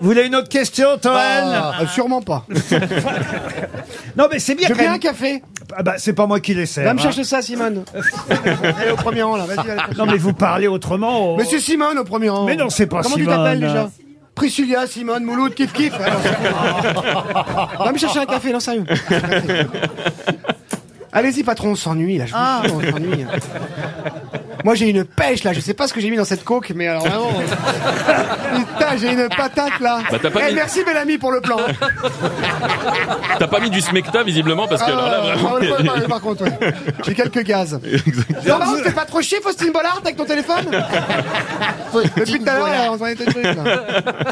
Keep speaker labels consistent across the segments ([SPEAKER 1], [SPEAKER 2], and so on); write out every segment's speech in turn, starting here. [SPEAKER 1] Vous voulez une autre question, Toan
[SPEAKER 2] Ah, sûrement pas.
[SPEAKER 1] Non, mais c'est bien.
[SPEAKER 2] Je
[SPEAKER 1] quand
[SPEAKER 2] viens
[SPEAKER 1] même.
[SPEAKER 2] un café.
[SPEAKER 1] Ah bah, c'est pas moi qui les sers.
[SPEAKER 2] Va me
[SPEAKER 1] hein.
[SPEAKER 2] chercher ça, Simone. Elle est au premier rang, là. Vas-y, allez.
[SPEAKER 1] Non, mais vous parlez autrement. au-
[SPEAKER 2] Monsieur Simone, au premier rang.
[SPEAKER 1] Mais non, c'est pas
[SPEAKER 2] Comment
[SPEAKER 1] Simone.
[SPEAKER 2] tu t'appelles déjà Priscilla, Simone, Mouloud, kiff kiff. Ah, non, c'est bon. Va me chercher un café, non, sérieux. Allez-y, patron, on s'ennuie, là. Je vous
[SPEAKER 1] Ah.
[SPEAKER 2] jure, on s'ennuie. Moi, j'ai une pêche, là. Je sais pas ce que j'ai mis dans cette coke, mais alors vraiment. Putain, j'ai une patate, là.
[SPEAKER 3] Bah, t'as pas
[SPEAKER 2] Eh,
[SPEAKER 3] mis-
[SPEAKER 2] Merci, bel ami, pour le plan.
[SPEAKER 3] T'as pas mis du smecta visiblement parce que alors
[SPEAKER 2] Ah,
[SPEAKER 3] là vraiment.
[SPEAKER 2] on le voit
[SPEAKER 3] il y a-
[SPEAKER 2] pas, par contre, ouais. J'ai quelques gaz. Non, non, t'es pas trop chier, Faustine Bollard, avec ton téléphone Depuis tout à l'heure, on s'en était truc, là.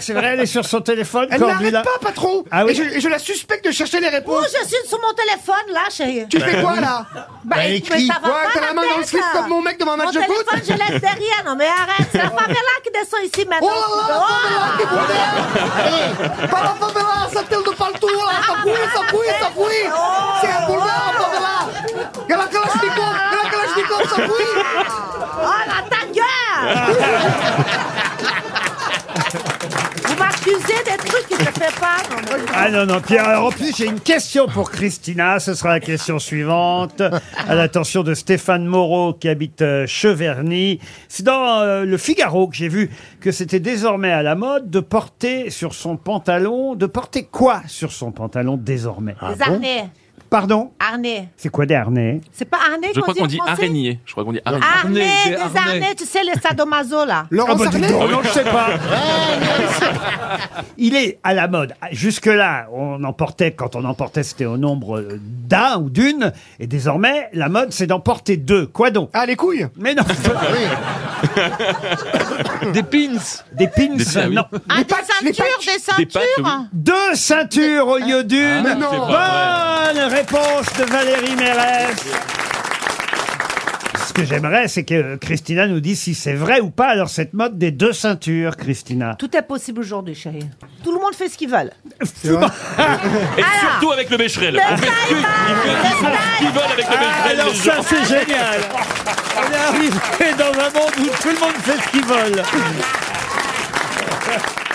[SPEAKER 1] C'est vrai, elle est sur son téléphone,
[SPEAKER 2] Elle n'arrête
[SPEAKER 1] Cordula.
[SPEAKER 2] pas, patron
[SPEAKER 1] Ah oui
[SPEAKER 2] et, je, et je la suspecte de chercher les
[SPEAKER 4] Oh,
[SPEAKER 2] réponses
[SPEAKER 4] je suis sur mon téléphone, là, chérie.
[SPEAKER 2] Tu fais quoi, là
[SPEAKER 4] Bah, mais ça va
[SPEAKER 2] Ouais,
[SPEAKER 4] pas,
[SPEAKER 2] t'as la main dans le
[SPEAKER 4] tête,
[SPEAKER 2] slip
[SPEAKER 4] là.
[SPEAKER 2] comme mon mec devant un
[SPEAKER 4] Mon
[SPEAKER 2] match de foot
[SPEAKER 4] téléphone, je laisse derrière. Non, mais arrête, c'est la Pamela qui descend ici
[SPEAKER 2] Oh
[SPEAKER 4] maintenant.
[SPEAKER 2] là là, la favela, que bonheur Eh, Pas la favela, ça tourne partout, là Ça fouille, ça fouille, ça fouille
[SPEAKER 4] Oh
[SPEAKER 2] C'est un boulevard, la favela Y'a la Kalachnikov, y'a la Kalachnikov, ça fouille
[SPEAKER 4] Oh, la ta gueule Vous m'accusez des trucs que je fais pas. Non, mais...
[SPEAKER 1] Ah non, non, Pierre, alors en plus, j'ai une question pour Christina. Ce sera la question suivante. À l'attention de Stéphane Moreau, qui habite euh, Cheverny. C'est dans euh, le Figaro que j'ai vu que c'était désormais à la mode de porter sur son pantalon. De porter quoi sur son pantalon désormais
[SPEAKER 2] Ah
[SPEAKER 4] Les harnais.
[SPEAKER 1] Pardon
[SPEAKER 4] Harnais.
[SPEAKER 1] C'est quoi des harnais
[SPEAKER 4] C'est pas harnais
[SPEAKER 3] Je
[SPEAKER 4] qu'on
[SPEAKER 3] crois
[SPEAKER 4] dit
[SPEAKER 3] qu'on dit
[SPEAKER 4] en français
[SPEAKER 3] araignée. Je crois qu'on dit araignée.
[SPEAKER 4] Harnais,
[SPEAKER 5] Harnais,
[SPEAKER 4] des
[SPEAKER 5] des harnais.
[SPEAKER 4] harnais, tu sais, les sadomaso, là.
[SPEAKER 1] Ah
[SPEAKER 2] Laurent
[SPEAKER 1] bah, dis
[SPEAKER 2] Sarnet
[SPEAKER 1] donc, non, je sais pas. Il est à la mode. Jusque-là, on en portait, quand on en portait, c'était au nombre d'un ou d'une. Et désormais, la mode, c'est d'en porter deux. Quoi donc
[SPEAKER 2] Ah, les couilles
[SPEAKER 1] Mais non,
[SPEAKER 5] Des pins.
[SPEAKER 1] des pins,
[SPEAKER 3] Des pins, oui.
[SPEAKER 1] non.
[SPEAKER 4] Ah, des
[SPEAKER 2] patchs, les
[SPEAKER 4] ceintures, des
[SPEAKER 3] Des pattes, oui.
[SPEAKER 4] ceintures.
[SPEAKER 1] Deux ceintures au lieu d'une.
[SPEAKER 2] mais non.
[SPEAKER 3] Ah, c'est
[SPEAKER 1] Bonne réponse de Valérie Mérès. Ce que j'aimerais, c'est que Christina nous dise si c'est vrai ou pas, alors cette mode des deux ceintures, Christina.
[SPEAKER 4] Tout est possible aujourd'hui, chérie. Tout le monde fait ce qu'il veut.
[SPEAKER 3] Et
[SPEAKER 4] Alors.
[SPEAKER 3] surtout avec le Becherel.
[SPEAKER 4] Le
[SPEAKER 3] Ils
[SPEAKER 4] style
[SPEAKER 3] veulent ce qu'ils veulent avec le Becherel.
[SPEAKER 1] Ah, alors
[SPEAKER 3] les
[SPEAKER 1] ça,
[SPEAKER 3] gens.
[SPEAKER 1] c'est génial. On est arrivé dans un monde où tout le monde fait ce qu'il veut.